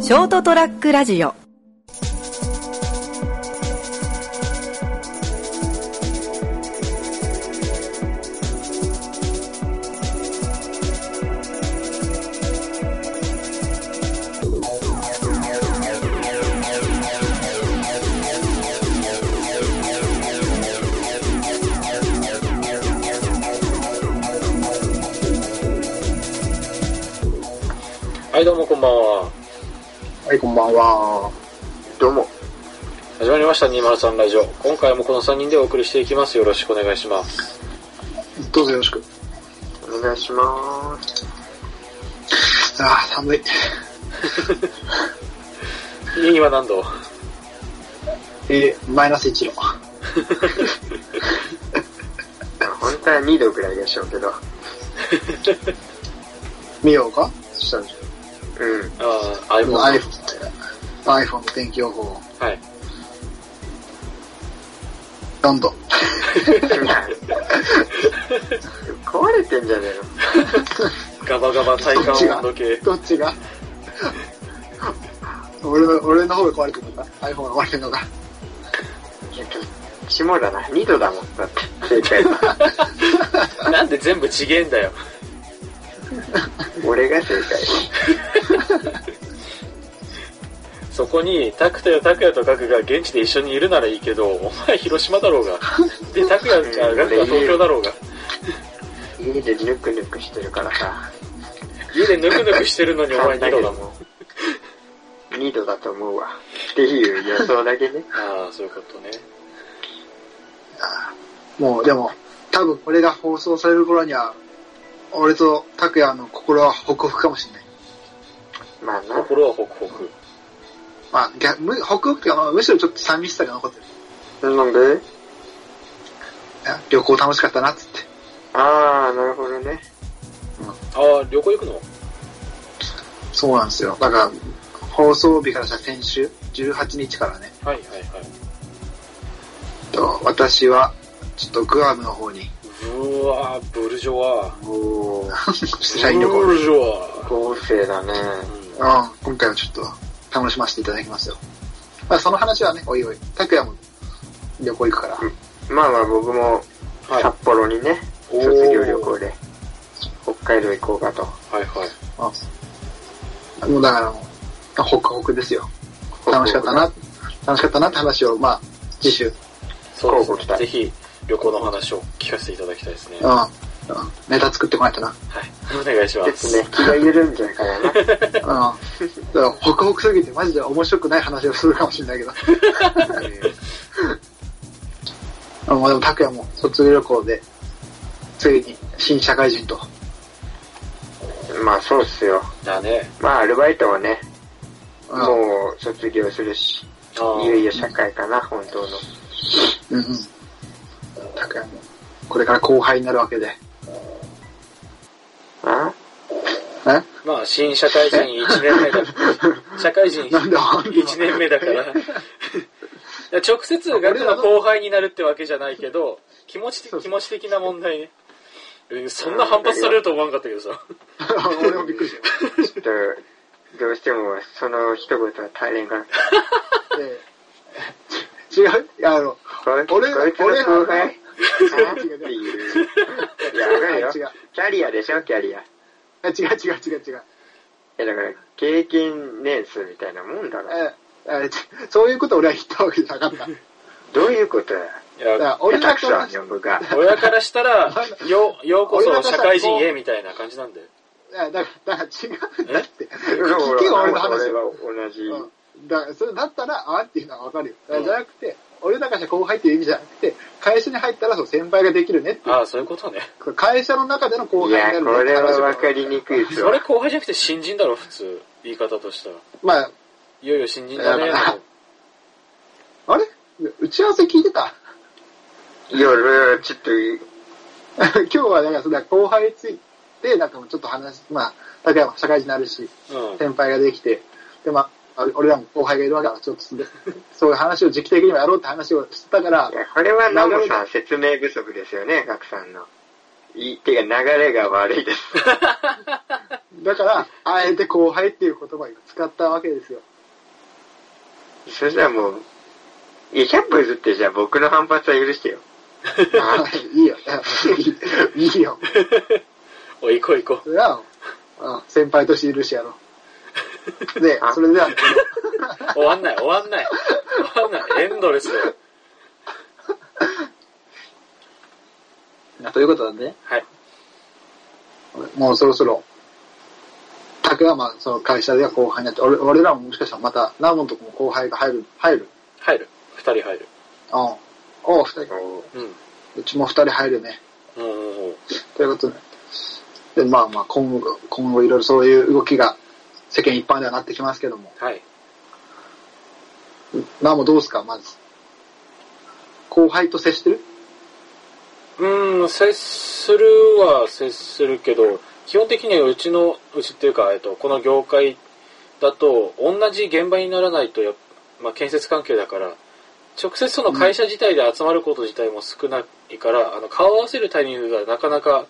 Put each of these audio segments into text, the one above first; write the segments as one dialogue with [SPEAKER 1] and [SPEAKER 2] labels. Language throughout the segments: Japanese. [SPEAKER 1] ショートトラックラジオ
[SPEAKER 2] はい、どうもこんばんは。
[SPEAKER 3] はい、こんばんは。どうも。
[SPEAKER 2] 始まりました、203ラジオ。今回もこの3人でお送りしていきます。よろしくお願いします。
[SPEAKER 3] どうぞよろしく。お願いします。あー、寒い。
[SPEAKER 2] 今何度
[SPEAKER 3] えー、マイナス1度。
[SPEAKER 4] 本当は2度ぐらいでしょうけど。
[SPEAKER 3] 見ようかそしたら、
[SPEAKER 4] うん。
[SPEAKER 2] ああ、iPhone。
[SPEAKER 3] iPhone で。iPhone の天気予報。
[SPEAKER 2] はい。
[SPEAKER 3] 4度。
[SPEAKER 4] 壊れてんじゃねえの
[SPEAKER 2] ガバガバ体
[SPEAKER 3] どっち
[SPEAKER 2] 感
[SPEAKER 3] が
[SPEAKER 2] 温度計。
[SPEAKER 3] どっちが俺の、俺の方が壊れてるのか ?iPhone が壊れてるのか
[SPEAKER 4] 下だな。2度だもん。だって。正解は。
[SPEAKER 2] なんで全部ちげえんだよ。
[SPEAKER 4] 俺が正
[SPEAKER 2] そこに、拓也や拓也とガクが現地で一緒にいるならいいけど、お前広島だろうが。で、拓也やガクが東京だろうが。
[SPEAKER 4] 解。家でぬくぬくしてるからさ。
[SPEAKER 2] 家でぬくぬくして るのにお前2度だもん。
[SPEAKER 4] もん。2度だと思うわ。っていう予想だけね。
[SPEAKER 2] ああ、そういうことね。
[SPEAKER 3] もう、でも、多分これが放送される頃には、俺と拓也の心はホクホクかもしれない。
[SPEAKER 4] まあな。
[SPEAKER 2] 心はホクホク。
[SPEAKER 3] まあ、逆、むホクホクっていうかまあむしろちょっと寂しさが残ってる。
[SPEAKER 4] なんで
[SPEAKER 3] いや旅行楽しかったなっつって。
[SPEAKER 4] あー、なるほどね。
[SPEAKER 2] ああ、旅行行くの
[SPEAKER 3] そうなんですよ。だから、放送日からしたら先週、18日からね、
[SPEAKER 2] はいはいはい。
[SPEAKER 3] と私は、ちょっとグアムの方に、
[SPEAKER 2] うわー、ブルジョワ。
[SPEAKER 4] おー。
[SPEAKER 3] 社員旅行。う
[SPEAKER 2] ブ
[SPEAKER 3] ん、
[SPEAKER 2] ルジョワ。
[SPEAKER 4] 合成だね。
[SPEAKER 2] うん
[SPEAKER 3] 今回はちょっと、楽しませていただきますよ。まあ、その話はね、おいおい、拓也も旅行行くから、
[SPEAKER 4] まあまあ僕も
[SPEAKER 2] はい。
[SPEAKER 4] 札幌にね、
[SPEAKER 2] おー
[SPEAKER 4] 卒業旅行で、北海道行こうかと。
[SPEAKER 2] はいはい。
[SPEAKER 3] もうだからもう、ホクホクですよ。楽しかったな、楽しかったなって話を、まあ、次週、うん、
[SPEAKER 2] そうです
[SPEAKER 4] 乞うご期
[SPEAKER 2] ね。
[SPEAKER 4] 待
[SPEAKER 2] ぜひ、旅行の話を聞かせていただきたいですね。
[SPEAKER 3] う
[SPEAKER 2] はい。
[SPEAKER 3] んネタ作ってこないとな。
[SPEAKER 2] お願いしま
[SPEAKER 4] です
[SPEAKER 2] す。
[SPEAKER 4] ね。気が緩んじゃうから
[SPEAKER 3] う
[SPEAKER 4] な。
[SPEAKER 3] ん。だからホクホクすぎてマジで面白くない話をするかもしれないけど。 あのでも、拓也も卒業旅行で、ついに新社会人と。
[SPEAKER 4] まあそうっすよ。
[SPEAKER 2] だね。
[SPEAKER 4] まあアルバイトはね、
[SPEAKER 3] うん
[SPEAKER 4] もう卒業するし、
[SPEAKER 2] あー
[SPEAKER 4] いよいよ社会かな、本当の。
[SPEAKER 3] うんうん。拓也も、これから後輩になるわけで。
[SPEAKER 4] あ
[SPEAKER 3] え
[SPEAKER 2] まあ、新社会人1年目 だ。社会人
[SPEAKER 3] なんで本人は
[SPEAKER 2] 1年目だから。いや直接学の後輩になるってわけじゃないけど、気持ち的、気持ち的な問題ね。うんそんな反発されると思わなかったけどさ。
[SPEAKER 3] 俺もびっくりし
[SPEAKER 4] ちょっと、どうしてもその一言は大変かな。
[SPEAKER 3] たよ。で違ういや、あの、
[SPEAKER 4] こい
[SPEAKER 3] 俺
[SPEAKER 4] こいつの
[SPEAKER 3] 俺
[SPEAKER 4] 後輩あ
[SPEAKER 3] 違う違う
[SPEAKER 4] っていう。やばい よ
[SPEAKER 3] 違う違う。
[SPEAKER 4] キャリアでしょ、キャリア。い
[SPEAKER 3] え違う違う違う違う。
[SPEAKER 4] やだから、経験年数みたいなもんだろ。
[SPEAKER 3] ええちそういうこと俺は言ったわけじゃなかった。だ
[SPEAKER 4] どういうことだよ。
[SPEAKER 2] い
[SPEAKER 3] から
[SPEAKER 2] や、
[SPEAKER 3] 俺
[SPEAKER 4] 下
[SPEAKER 3] ら
[SPEAKER 4] 手
[SPEAKER 3] か
[SPEAKER 4] くそな
[SPEAKER 3] ら
[SPEAKER 4] のよ、僕は。
[SPEAKER 2] 親からしたら、よう、ようこそ社会人へみたいな感じなんだよ。
[SPEAKER 3] いやだから、だから違うんだって。
[SPEAKER 4] だから
[SPEAKER 3] 聞けよ、 俺の話
[SPEAKER 4] 俺。は同じ。
[SPEAKER 3] うんだからそれだったら、あーっていうのはわかるよ。だからじゃなくて、俺らが社後輩っていう意味じゃなくて、会社に入ったらそう先輩ができるねっていう
[SPEAKER 2] ああ、そういうことね。
[SPEAKER 3] これ会社の中での後
[SPEAKER 4] い
[SPEAKER 3] 輩
[SPEAKER 4] や、
[SPEAKER 3] に
[SPEAKER 4] こ
[SPEAKER 3] なる
[SPEAKER 4] れはわかりにくいっす
[SPEAKER 2] そ
[SPEAKER 4] わ
[SPEAKER 2] れ。後輩じゃなくて新人だろ、普通。言い方としたら。
[SPEAKER 3] まあ、
[SPEAKER 2] いよいよ新人だね。
[SPEAKER 3] だからあれ打ち合わせ聞いてた
[SPEAKER 4] いや、俺はちょっと、
[SPEAKER 3] 今日はなんかその後輩について、なんかもうちょっと話、まあ、例えば社会人になるし、
[SPEAKER 2] うん。
[SPEAKER 3] 先輩ができて、で、まあ、俺らも後輩がいるわけだから、ちょっとそれそういう話を時期的にもやろうって話をしてたから
[SPEAKER 4] い、や、これはナモさん説明不足ですよね、ガクさんの。いい、てか流れが悪いです。
[SPEAKER 3] だから、あえて後輩っていう言葉を使ったわけですよ。
[SPEAKER 4] そしたらもう、いキャンプ譲ってじゃあ僕の反発は許してよ。
[SPEAKER 3] あいいよ。 いいいいよ。
[SPEAKER 2] おい、行こう行こ
[SPEAKER 3] それは、うん先輩として許しやろう。で、それで は、
[SPEAKER 2] う。終わんない、終わんない。終わんない。エンドレスだよ。
[SPEAKER 3] ということなんでね、
[SPEAKER 2] はい。
[SPEAKER 3] もうそろそろ、タクはまあ、その会社では後輩になって、俺俺らももしかしたらまた、ナーモンとこも後輩が入る、入る。
[SPEAKER 2] 入る。二人入る。
[SPEAKER 3] うん。おう、二人。
[SPEAKER 2] うん。
[SPEAKER 3] うちも二人入るね。
[SPEAKER 2] おうおう
[SPEAKER 3] ということで。で、まあまあ、今後、今後いろいろそういう動きが世間一般ではなってきますけども。
[SPEAKER 2] おうはい。
[SPEAKER 3] ナーモンどうすか、まず。後輩と接してる
[SPEAKER 2] うん、接するは接するけど、基本的にはうちの、うちっていうか、えっと、この業界だと、同じ現場にならないとやっ、まあ、建設関係だから、直接その会社自体で集まること自体も少ないから、あの、顔を合わせるタイミングがなかなか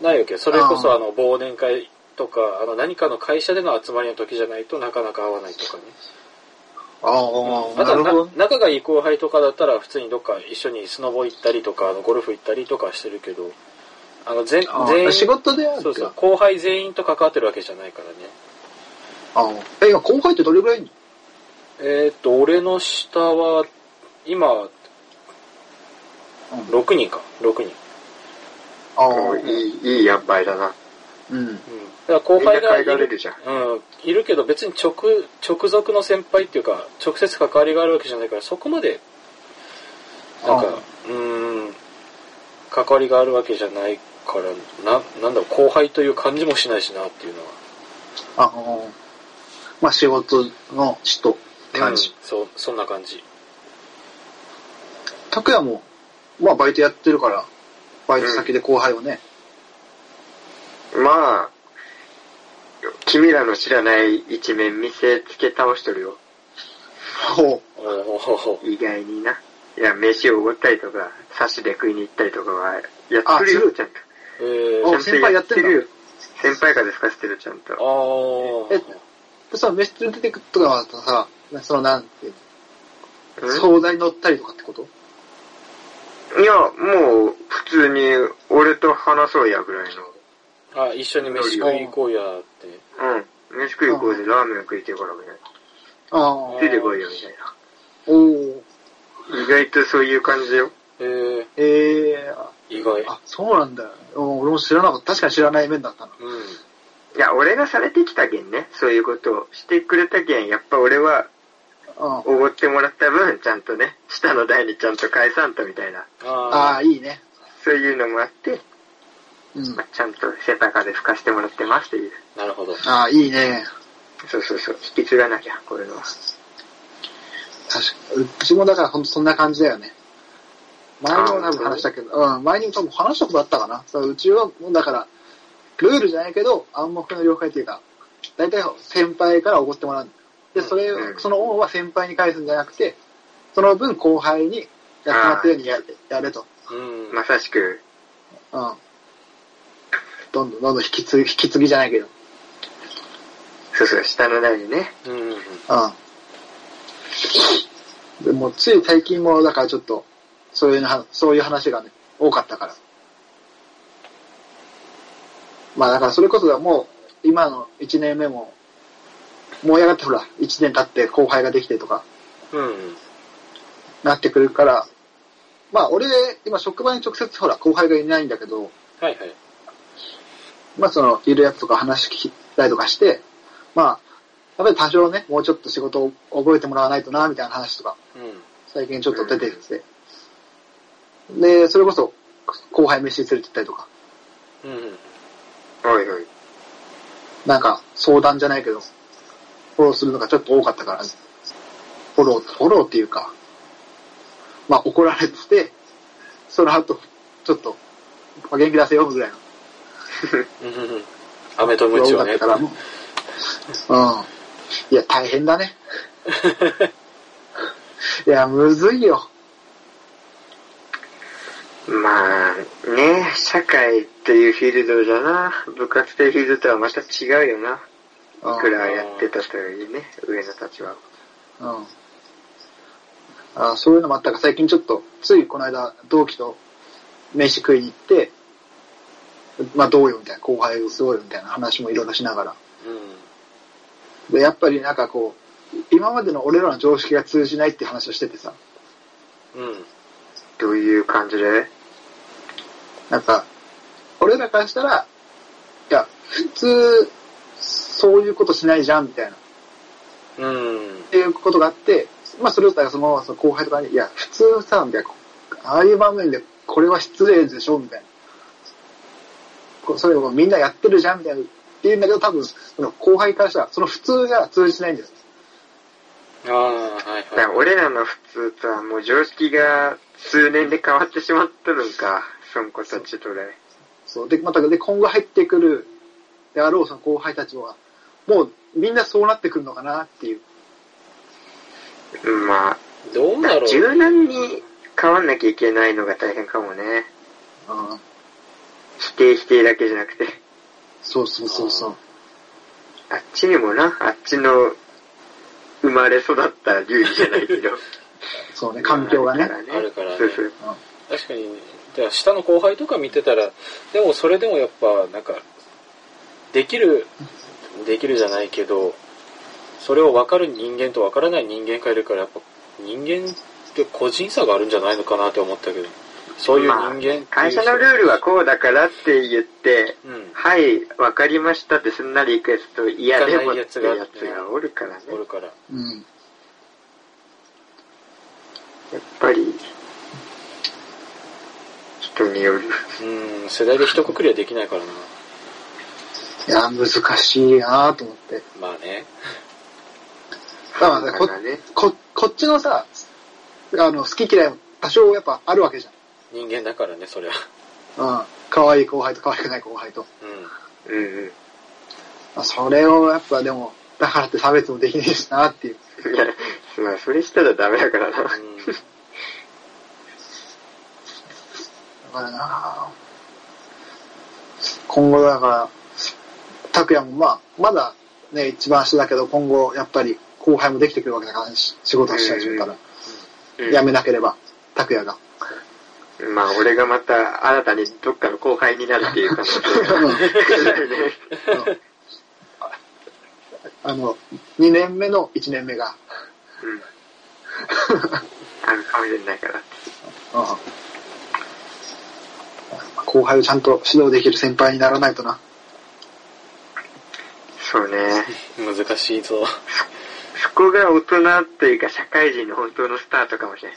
[SPEAKER 2] ないわけよ。それこそ、
[SPEAKER 3] あ
[SPEAKER 2] あの、忘年会とか、あの、何かの会社での集まりの時じゃないとなかなか会わないとかね。
[SPEAKER 3] あ
[SPEAKER 2] あとはな仲がいい後輩とかだったら普通にどっか一緒にスノボ行ったりとかあのゴルフ行ったりとかしてるけどあの全
[SPEAKER 3] あ
[SPEAKER 2] 全員
[SPEAKER 3] 仕事である
[SPEAKER 2] そうそう後輩全員と関わってるわけじゃないからね
[SPEAKER 3] あえ、今後輩ってどれぐらいいんの
[SPEAKER 2] えーっと俺の下は今6人か6人、うん、だ
[SPEAKER 3] あ
[SPEAKER 4] もういい、いい塩梅だな。
[SPEAKER 3] う
[SPEAKER 2] か
[SPEAKER 3] ん。
[SPEAKER 2] ら後
[SPEAKER 4] みんな
[SPEAKER 2] 輩が
[SPEAKER 4] 買
[SPEAKER 2] い
[SPEAKER 4] いられ
[SPEAKER 2] る
[SPEAKER 4] るじゃん。
[SPEAKER 2] うん、いるけど別に直直属の先輩っていうか直接関わりがあるわけじゃないからそこまでなんか
[SPEAKER 3] あ
[SPEAKER 2] うーん関わりがあるわけじゃないからななんだろう後輩という感じもしないしなっていうのは
[SPEAKER 3] あの、まあ、仕事の使徒って感
[SPEAKER 2] う
[SPEAKER 3] じ
[SPEAKER 2] ん。そうそんな感じ
[SPEAKER 3] 拓也も、まあ、バイトやってるから、バイト先で後輩をね。
[SPEAKER 4] まあ、君らの知らない一面見せつけ倒しとるよ。
[SPEAKER 3] ほ
[SPEAKER 2] お
[SPEAKER 3] う。
[SPEAKER 2] お
[SPEAKER 4] 意外にな。いや、飯をおごったりとか、刺しで食いに行ったりとかは、やっ
[SPEAKER 3] あ
[SPEAKER 4] てる
[SPEAKER 3] す
[SPEAKER 4] よ、
[SPEAKER 3] る
[SPEAKER 4] ちゃんと。
[SPEAKER 2] えー、
[SPEAKER 3] お
[SPEAKER 2] あ
[SPEAKER 4] ちゃんと
[SPEAKER 3] 先輩やってんだ
[SPEAKER 4] よ。先輩がですかしてる、ちゃんと。
[SPEAKER 2] あ
[SPEAKER 3] えで、さ、メス連れてくとかはさ、そのなんていう
[SPEAKER 4] う
[SPEAKER 3] の、
[SPEAKER 4] ん
[SPEAKER 3] 相談に乗ったりとかってこと
[SPEAKER 4] いや、もう、普通に、俺と話そうやぐらい
[SPEAKER 2] あ一緒に飯食い行こうやって
[SPEAKER 4] の。うん。飯食い行こうぜ、ラーメン食いてからみたい
[SPEAKER 3] ああ、
[SPEAKER 2] うん
[SPEAKER 4] な。出てこいよ、みたいな。
[SPEAKER 3] おお
[SPEAKER 4] 意外とそういう感じよ。
[SPEAKER 2] えー、
[SPEAKER 3] ええ
[SPEAKER 2] 意外
[SPEAKER 3] あ、そうなんだよ。うん俺も知らなかった。確かに知らない面だったな。
[SPEAKER 2] うん
[SPEAKER 4] いや、俺がされてきたけんね、そういうことをしてくれたけん、やっぱ俺は、
[SPEAKER 3] うん。
[SPEAKER 4] おごってもらった分、ちゃんとね、下の台にちゃんと返さんとみたいな、
[SPEAKER 3] あ
[SPEAKER 2] あ
[SPEAKER 3] あ、いいね。
[SPEAKER 4] そういうのもあって、
[SPEAKER 3] うん
[SPEAKER 4] ま。あ、ちゃんと先輩から吹かしてもらってますっていう。
[SPEAKER 2] あなるほど
[SPEAKER 3] ああ、いいね。
[SPEAKER 4] そうそうそう、引き継がなきゃ、こういうのは。
[SPEAKER 3] 確かに。うちもだから本当そんな感じだよね。前にも多
[SPEAKER 4] あー
[SPEAKER 3] 分話したけど、うん、前にも多分話したことあったかな。そううちは、もうだから、ルールじゃないけど、暗黙の了解というか、大体先輩からおごってもらうんだよで、それ
[SPEAKER 4] う、ん
[SPEAKER 3] その恩は先輩に返すんじゃなくて、その分後輩にやってもらったようにややれと。
[SPEAKER 2] うん、
[SPEAKER 4] まさしく、
[SPEAKER 3] うん。どんどんどんどん引き継ぎ、引き継ぎじゃないけど。
[SPEAKER 4] そうそう、下の台にね、
[SPEAKER 2] うんうん
[SPEAKER 3] うん。でもうつい最近も、だからちょっと、そういうな、そういう話がね、多かったから。まあだからそれこそがもう、今の1年目も、もうやがってほら、1年経って後輩ができてとか、
[SPEAKER 2] うん
[SPEAKER 3] なってくるから、まあ俺、今職場に直接ほら、後輩がいないんだけど、
[SPEAKER 2] はいはい
[SPEAKER 3] まあその、いるやつとか話聞いたりとかして、まあ、やっぱり多少ね、もうちょっと仕事を覚えてもらわないとな、みたいな話とか、
[SPEAKER 2] うん
[SPEAKER 3] 最近ちょっと出てきて。で、それこそ、後輩飯連れて行ったりとか、
[SPEAKER 2] うんうん
[SPEAKER 4] おいおい、
[SPEAKER 3] なんか相談じゃないけど、フォローするのがちょっと多かったから、ね、フォロー、フォローっていうか、まあ怒られてて、その後、ちょっと、まあ元気出せよ、ぐらいの。
[SPEAKER 2] うんうんうん飴とムチをね。
[SPEAKER 3] からも。うん。いや、大変 だね。いや、むずいよ。
[SPEAKER 4] まあ、ね、社会っていうフィールドじゃな、部活っていうフィールドとはまた違うよな。いくらやってたというね、上の立場は。
[SPEAKER 3] うん。あーそういうのもあったから、最近ちょっと、ついこの間、同期と飯食いに行って、まあどうよみたいな、後輩をすごいよみたいな話もいろいろしながら。で、やっぱりなんかこう、今までの俺らの常識が通じないって話をしててさ、
[SPEAKER 2] うん。うん。
[SPEAKER 4] どういう感じで
[SPEAKER 3] なんか、俺らからしたら、いや、普通、そういうことしないじゃんみたいな、っ
[SPEAKER 2] うん。
[SPEAKER 3] ていうことがあって、まあそれをだからそのままその後輩とかに、いや、普通さ、みたいな、ああいう場面でこれは失礼でしょみたいな。こうそれをみんなやってるじゃんみたいな、って言うんだけど多分、その後輩からしたら、その普通が通じないんです。
[SPEAKER 2] ああ、はい
[SPEAKER 4] だから
[SPEAKER 2] はい。
[SPEAKER 4] 俺らの普通とはもう常識が数年で変わってしまっとるんか、そん子たちとで。
[SPEAKER 3] そう。で、また、で、今後入ってくるであろうその後輩たちは、もうみんなそうなってくるのかなっていう。
[SPEAKER 4] まあ、
[SPEAKER 2] どうだろう。
[SPEAKER 4] 柔軟に変わんなきゃいけないのが大変かもね。
[SPEAKER 3] うん。
[SPEAKER 4] 否定否定だけじゃなくて、
[SPEAKER 3] そうそうそうそう。
[SPEAKER 4] あっちにもな、あっちの生まれ育った流儀じゃないけど。
[SPEAKER 3] そうね、環境がね。
[SPEAKER 2] あるからね
[SPEAKER 4] そうそう。
[SPEAKER 2] 確かに、だから下の後輩とか見てたら、でもそれでもやっぱ、なんか、できる、できるじゃないけど、それを分かる人間と分からない人間がいるから、やっぱ人間って個人差があるんじゃないのかなって思ったけど、そういう人間っていう人
[SPEAKER 4] 会社のルールはこうだからって言って、
[SPEAKER 2] うん、
[SPEAKER 4] はい、わかりましたってすんなり行くやつと、いやでもって
[SPEAKER 2] 行かない
[SPEAKER 4] や
[SPEAKER 2] や
[SPEAKER 4] つ
[SPEAKER 2] つが
[SPEAKER 4] がおるからね。
[SPEAKER 2] おるから。
[SPEAKER 3] うん。
[SPEAKER 4] やっぱり、人による。
[SPEAKER 2] うん、世代で一括りはできないからな。
[SPEAKER 3] いや、難しいなと思って。
[SPEAKER 2] まあね。
[SPEAKER 3] だからねこ
[SPEAKER 4] だね。
[SPEAKER 3] こ、こっちのさ、あの、好き嫌いも多少やっぱあるわけじ
[SPEAKER 2] 人間だからね、そりゃ。
[SPEAKER 3] ゃん。うん。可愛い後輩と可愛くない後輩と。
[SPEAKER 2] うん。
[SPEAKER 4] うんうん。
[SPEAKER 3] まあそれをやっぱでも、だからって差別もできねえしなっていう。
[SPEAKER 4] いや、まあ、それしたらダメだからな。
[SPEAKER 2] う
[SPEAKER 3] だからな今後だから、拓也もまあ、まだね、一番下だけど、今後やっぱり後輩もできてくるわけだから、し仕事をし始めたら、
[SPEAKER 4] うん
[SPEAKER 3] やめなければ、拓也が。
[SPEAKER 4] まあ、俺がまた新たにどっかの後輩になるっていう可能性
[SPEAKER 3] うん
[SPEAKER 4] がね
[SPEAKER 3] あの、2年目の1年目が、
[SPEAKER 4] うん。あるかもしれないから。
[SPEAKER 3] うん後輩をちゃんと指導できる先輩にならないとな。
[SPEAKER 4] そうね。
[SPEAKER 2] ん、 難しいぞ。
[SPEAKER 4] そこが大人というか社会人の本当のスタートかもしれん。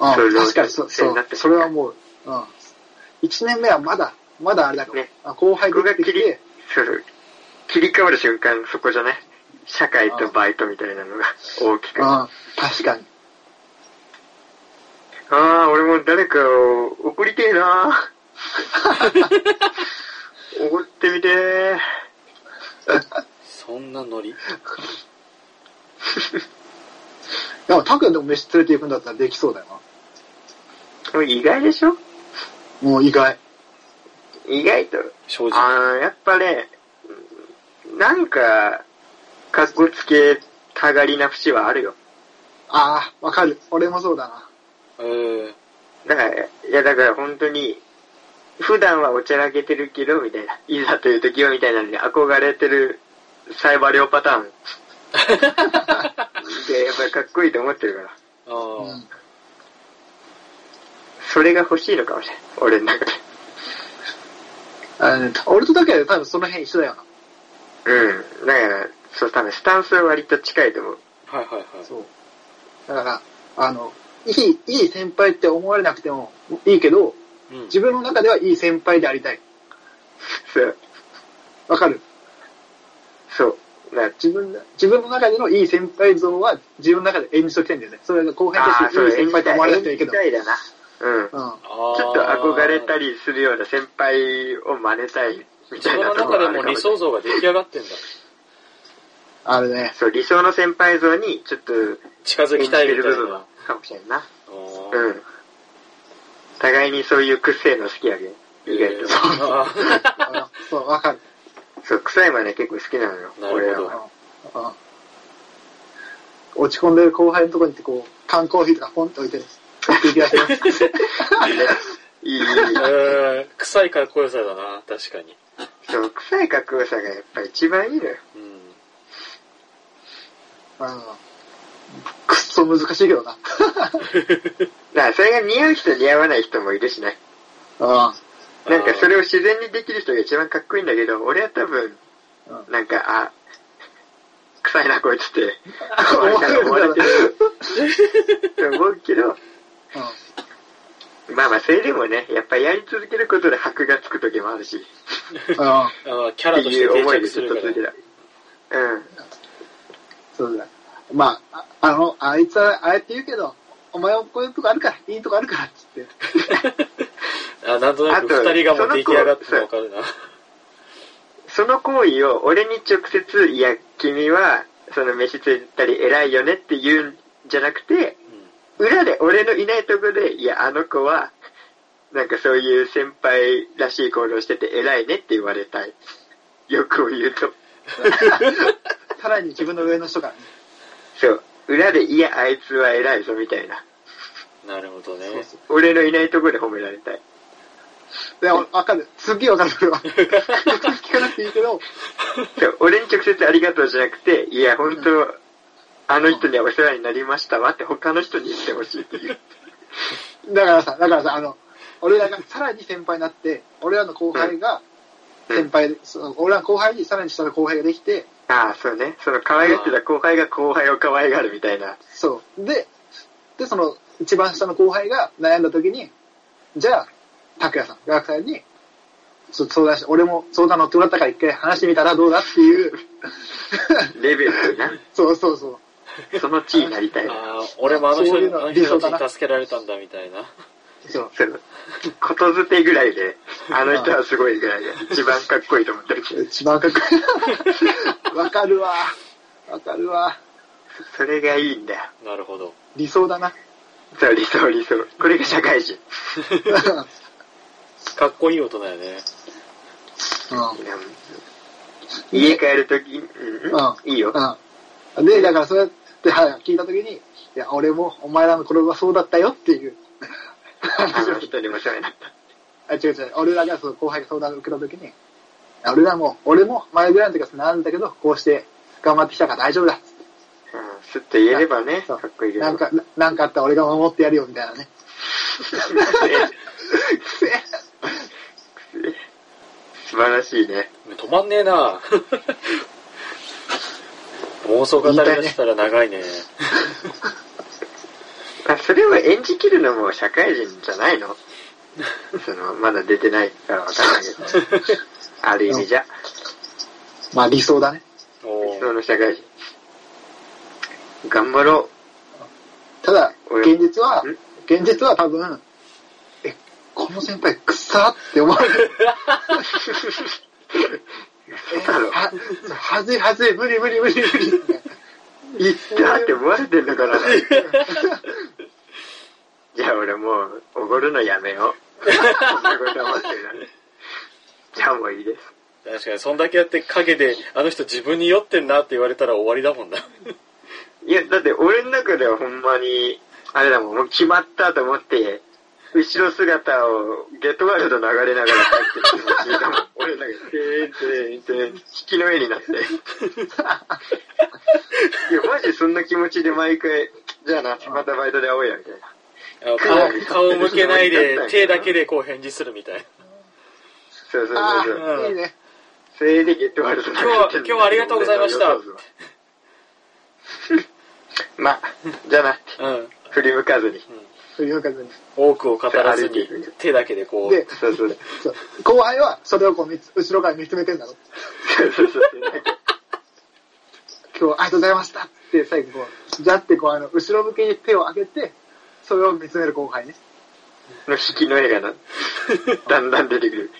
[SPEAKER 2] うん
[SPEAKER 3] うん、
[SPEAKER 4] そう
[SPEAKER 3] 確かにそう、
[SPEAKER 4] そ
[SPEAKER 3] そう
[SPEAKER 4] なっ
[SPEAKER 3] う
[SPEAKER 4] て、る
[SPEAKER 3] それはもう、うん。1年目はまだ、まだあれだから、
[SPEAKER 4] ね
[SPEAKER 3] あ後輩
[SPEAKER 4] そこが
[SPEAKER 3] 出て
[SPEAKER 4] 切
[SPEAKER 3] き
[SPEAKER 4] り
[SPEAKER 3] て、、
[SPEAKER 4] そうそう。切り替わる瞬間、そこじゃない社会とバイトみたいなのが大き
[SPEAKER 3] う
[SPEAKER 4] く。
[SPEAKER 3] ん
[SPEAKER 4] あ、
[SPEAKER 3] 確かに。
[SPEAKER 4] あー、俺も誰かを送りてえな 怒ってみてー
[SPEAKER 2] そんなノリ
[SPEAKER 3] でも、たくんでも飯連れて行くんだったらできそうだよ
[SPEAKER 4] でも意外でしょ
[SPEAKER 3] な。もう意外。
[SPEAKER 4] 意外と。
[SPEAKER 2] 正直。
[SPEAKER 4] あーやっぱね、うんなんか、かっこつけたがりな節はあるよ。
[SPEAKER 3] ああ、わかる。俺もそうだな。
[SPEAKER 2] うん。
[SPEAKER 4] だから、いやだから本当に、普段はおちゃらけてるけど、みたいな。いざという時は、みたいなのに憧れてるサイバリオパタ ーン。で、やっぱりかっこいいと思ってるから。
[SPEAKER 2] ああ、
[SPEAKER 3] うん。
[SPEAKER 4] それが欲しいのかもしれん。俺の中で。
[SPEAKER 3] あのね俺とだけで多分その辺一緒だよな。
[SPEAKER 4] うん。だから、そう、多分スタンスは割と近いと思う。
[SPEAKER 2] はいはいはい。
[SPEAKER 3] そう。だから、あの、いい、いい先輩って思われなくてもいいけど、
[SPEAKER 2] うん
[SPEAKER 3] 自分の中ではいい先輩でありたい。
[SPEAKER 4] そう。
[SPEAKER 3] わかる
[SPEAKER 4] そう。だから
[SPEAKER 3] 自分、自分の中でのいい先輩像は自分の中で演じときたいんだよね。それが後輩
[SPEAKER 4] あ
[SPEAKER 3] とし
[SPEAKER 4] あ、
[SPEAKER 3] て
[SPEAKER 4] そ、
[SPEAKER 3] いうい先輩と思われなくてはいいけど。
[SPEAKER 4] 演じたいだな。うん。
[SPEAKER 3] うん。
[SPEAKER 2] あ
[SPEAKER 4] ちょっと憧れた
[SPEAKER 2] り。
[SPEAKER 4] りするような先輩を真似たいみ
[SPEAKER 2] 自
[SPEAKER 4] たい
[SPEAKER 2] 分
[SPEAKER 4] な
[SPEAKER 2] の
[SPEAKER 4] とこ
[SPEAKER 2] 中
[SPEAKER 4] ろ
[SPEAKER 2] で
[SPEAKER 4] はある
[SPEAKER 2] も
[SPEAKER 4] かも
[SPEAKER 2] 理
[SPEAKER 4] しれ
[SPEAKER 2] 想
[SPEAKER 4] ない
[SPEAKER 2] 像が出来上がってんだ。
[SPEAKER 3] あるね。
[SPEAKER 4] そう、理想の先輩像にちょっと
[SPEAKER 2] 近づきたいみたい
[SPEAKER 4] る部分
[SPEAKER 2] な
[SPEAKER 4] は。かもしれんな。
[SPEAKER 2] おー
[SPEAKER 4] うん。互いにそういう癖の好きやけん。意外と。
[SPEAKER 2] あー
[SPEAKER 3] あそう、わかる。
[SPEAKER 4] そう、臭いマネ結構好きなのよ。
[SPEAKER 2] なるほど
[SPEAKER 4] 俺ら
[SPEAKER 3] うん
[SPEAKER 4] は。
[SPEAKER 3] うん落ち込んでる後輩のとこに行ってこう、缶コーヒーとかポンって置いて、指輪してます。
[SPEAKER 4] いい、いい。
[SPEAKER 2] えー 臭いかっこよさだな、確かに。
[SPEAKER 4] そう、臭いかっこよさがやっぱ一番いいのよ。
[SPEAKER 2] うん。
[SPEAKER 3] うんくっそ難しいけどな。
[SPEAKER 4] だからそれが似合う人似合わない人もいるしね。
[SPEAKER 3] あ
[SPEAKER 4] なんかそれを自然にできる人が一番かっこいいんだけど、俺は多分
[SPEAKER 3] う、
[SPEAKER 4] なんか、あ、臭いなこいつって、 こうなんか思われてると思うけど、
[SPEAKER 3] あ、
[SPEAKER 4] まあまあそれでもね、やっぱやり続けることで箔がつく時もあるし、っ
[SPEAKER 3] うん。ああ、
[SPEAKER 2] あーキャ
[SPEAKER 4] て
[SPEAKER 2] ラとして
[SPEAKER 4] いう
[SPEAKER 2] 定
[SPEAKER 4] 思い
[SPEAKER 2] 着
[SPEAKER 4] ですずっ
[SPEAKER 2] る
[SPEAKER 4] と
[SPEAKER 2] から
[SPEAKER 4] 続け。た。うん。
[SPEAKER 3] そうだ。まあ、ああの、あいつは、ああやって言うけど、お前はこういうとこあるから、いいとこあるから、つって。
[SPEAKER 2] あ、なんとなく二人がもう出来上がってわかるな。
[SPEAKER 4] その行為を俺に直接、いや、君は、その飯ついたり偉いよねって言うんじゃなくて、裏で俺のいないとこで、いや、あの子は、なんかそういう先輩らしい行動してて偉いねって言われたい。よく言うと。
[SPEAKER 3] さらに自分の上の人からね。
[SPEAKER 4] そう。裏で、いや、あいつは偉いぞみたいな。
[SPEAKER 2] うん。なるほどね。
[SPEAKER 3] そうそう。
[SPEAKER 4] 俺のいないとこで褒められたい。
[SPEAKER 3] で、わわかる。すっげえわかる、それは。直接聞かなくていいけど、
[SPEAKER 4] そう。俺に直接ありがとうじゃなくて、いや、本当あの人にはお世話になりましたわって他の人に言ってほしいっていう。
[SPEAKER 3] だからさ、だからさ、あの、俺らがさらに先輩になって、俺らの後輩が、
[SPEAKER 4] うん
[SPEAKER 3] 先輩で、その俺らの後輩にさらに下の後輩ができて、
[SPEAKER 4] ああ、そうね。その可愛がってた後輩が後輩を可愛がるみたいな。
[SPEAKER 3] そう。で、で、その、一番下の後輩が悩んだ時に、じゃあ、拓也さん、学さんに、そ相談して、俺も相談乗ってもらったから一回話してみたらどうだっていう、
[SPEAKER 4] レベルに な。
[SPEAKER 3] そうそうそう。
[SPEAKER 4] その地位になりたい。
[SPEAKER 2] あー俺もあの人
[SPEAKER 3] そうい
[SPEAKER 2] に、
[SPEAKER 3] うの
[SPEAKER 2] あの人
[SPEAKER 3] 理想だな
[SPEAKER 2] たちに助けられたんだみたいな。
[SPEAKER 3] そう。
[SPEAKER 4] そう。ことづてぐらいで、あの人はすごいぐらいで、 一番かっこいいと思ってるけど、
[SPEAKER 3] 一番かっこいい。 わかるわ。わかるわ。
[SPEAKER 4] それがいいんだよ。
[SPEAKER 2] なるほど。
[SPEAKER 3] 理想だな。
[SPEAKER 4] そう、理想理想。これが社会人。
[SPEAKER 3] う
[SPEAKER 2] かっこいい大人やね。
[SPEAKER 3] ん。
[SPEAKER 4] 家帰るとき、うん、
[SPEAKER 3] う
[SPEAKER 4] いいよ。
[SPEAKER 3] うん。で、だからそれって、はい、聞いたときに、いや、俺もお前らの頃はそうだったよっていう。
[SPEAKER 4] あの人にも世話になった。
[SPEAKER 3] あ、違う違う。俺らがその後輩が相談を受けたときに、いや俺らも、俺も前ぐらいの時はなんだけど、こうして頑張ってきたから大丈夫だっつって
[SPEAKER 4] うん、すっと言えればね、
[SPEAKER 3] そう
[SPEAKER 4] かっこいいけど。
[SPEAKER 3] なんか、ななんかあったら俺が守ってやるよみたいな ね。
[SPEAKER 4] 素晴らしいね。
[SPEAKER 2] 止まんねえ な妄想語り出したら長いね。
[SPEAKER 4] あそれを演じきるのも社会人じゃないのその、まだ出てないからわかんないけど。ある意味じゃ、
[SPEAKER 3] まあ理想だね。
[SPEAKER 2] お
[SPEAKER 4] 理
[SPEAKER 2] ー
[SPEAKER 4] 想の社会人。頑張ろ
[SPEAKER 3] ただ、
[SPEAKER 4] 俺
[SPEAKER 3] 現実は
[SPEAKER 4] ん、
[SPEAKER 3] 現実は多分、え、この先輩くっさって思われる。
[SPEAKER 4] う。そうだろ。
[SPEAKER 3] は、はずいはずい、無理無理無理無理って。
[SPEAKER 4] いったって思われてんのかなじゃあ俺もう、おごるのやめよう。そんなこと思ってるなじゃあもういいです。
[SPEAKER 2] 確かに、そんだけやって影で、あの人自分に酔ってんなって言われたら終わりだ もんな。
[SPEAKER 4] いや、だって俺の中ではほんまに、あれだもん、もう決まったと思って、後ろ姿をゲットワールド流れながら帰ってる気持ちだもん。俺なんか、てーてーてー、引きの絵に なって。いや、マジそんな気持ちで毎回、じゃあな、またバイトで会おうや、みたいな。
[SPEAKER 2] あの顔、顔向けないで、手だけでこう返事するみたいな。
[SPEAKER 4] そうそう
[SPEAKER 3] あ
[SPEAKER 4] そうそう。
[SPEAKER 3] あ、いいね。
[SPEAKER 4] それでゲットワールド流れてるんだ
[SPEAKER 2] 今日は今日はありがとうございました
[SPEAKER 4] そうそうそう まあ、じゃあな、
[SPEAKER 2] うん。
[SPEAKER 4] 振り向かずに。
[SPEAKER 3] そういう感じです
[SPEAKER 2] 多くを語らずに、手だけでこう。
[SPEAKER 3] で
[SPEAKER 4] そうそうそう。
[SPEAKER 3] そう後輩はそれをこう見つ後ろから見つめてんだろ。
[SPEAKER 4] そうそうそう。
[SPEAKER 3] 今日ありがとうございましたって最後こう、じゃってこうあの、後ろ向きに手を上げて、それを見つめる後輩ね。
[SPEAKER 4] の引きの絵がな、 だんだん出てくる。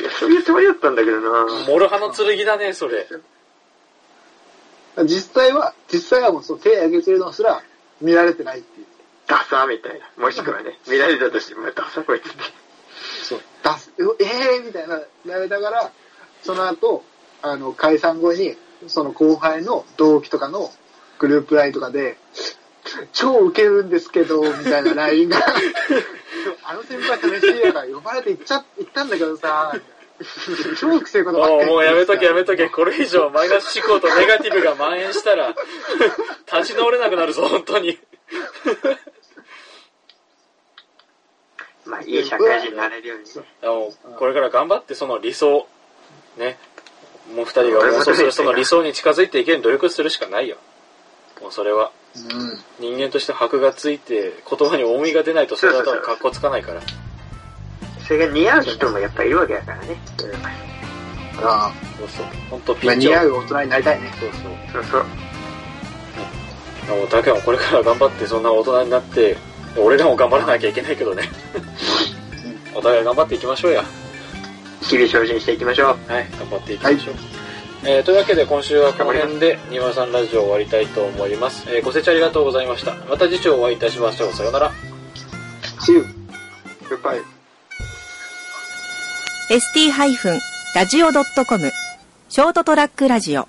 [SPEAKER 4] いや、そういうつもりだったんだけどな
[SPEAKER 2] モルハの剣だね、それ。
[SPEAKER 3] 実際は、実際はもうその手を上げてるのすら見られてないっていう。
[SPEAKER 4] ダサみたいな。もしくはね、見られたとしても、ダサこいつって。
[SPEAKER 3] そう、出す、うええー、みたいな、なれながら、その後、あの、解散後に、その後輩の同期とかのグループラインとかで、超ウケるんですけど、みたいなラインが、 あの先輩楽しいやから呼ばれて行っちゃ、行ったんだけどさ、超くせえことばっ
[SPEAKER 2] もう
[SPEAKER 3] かり言
[SPEAKER 2] もうや
[SPEAKER 3] っ
[SPEAKER 2] め
[SPEAKER 3] て
[SPEAKER 2] と
[SPEAKER 3] る
[SPEAKER 2] けやめとけ。これ以上マイナス思考とネガティブが蔓延したら、 立ち直れなくなるぞ、本当に。
[SPEAKER 4] まあ、いい社会人になれるようにね。
[SPEAKER 2] あのこれから頑張ってその理想、ね。もう二人が妄想するその理想に近づいていけるように努力するしかないよ。もうそれは。
[SPEAKER 3] うん。
[SPEAKER 2] 人間として箔がついて、言葉に重みが出ないとそれは多分格好つかないから。
[SPEAKER 4] それが似合う人もやっぱいるわけだからね。
[SPEAKER 3] あ
[SPEAKER 2] そうそう。本当ピ
[SPEAKER 3] あ、
[SPEAKER 2] ンチ
[SPEAKER 3] 似
[SPEAKER 2] を
[SPEAKER 3] 合う大人になりたいね。
[SPEAKER 2] そうそう。
[SPEAKER 4] そうそう。
[SPEAKER 2] あもうだけはこれから頑張ってそんな大人になって俺らも頑張らなきゃいけないけ どねお互い頑張っていきましょうや
[SPEAKER 4] 日々精進していきましょう。
[SPEAKER 2] はい頑張っていきましょう、えーというわけで今週はこの辺で203ラジオを終わりたいと思います、えーご清聴ありがとうございましたまた次週お会いいたしましょうさようなら
[SPEAKER 3] See you.
[SPEAKER 4] グッバイ。
[SPEAKER 1] ST-radio.com ショートトラックラジオ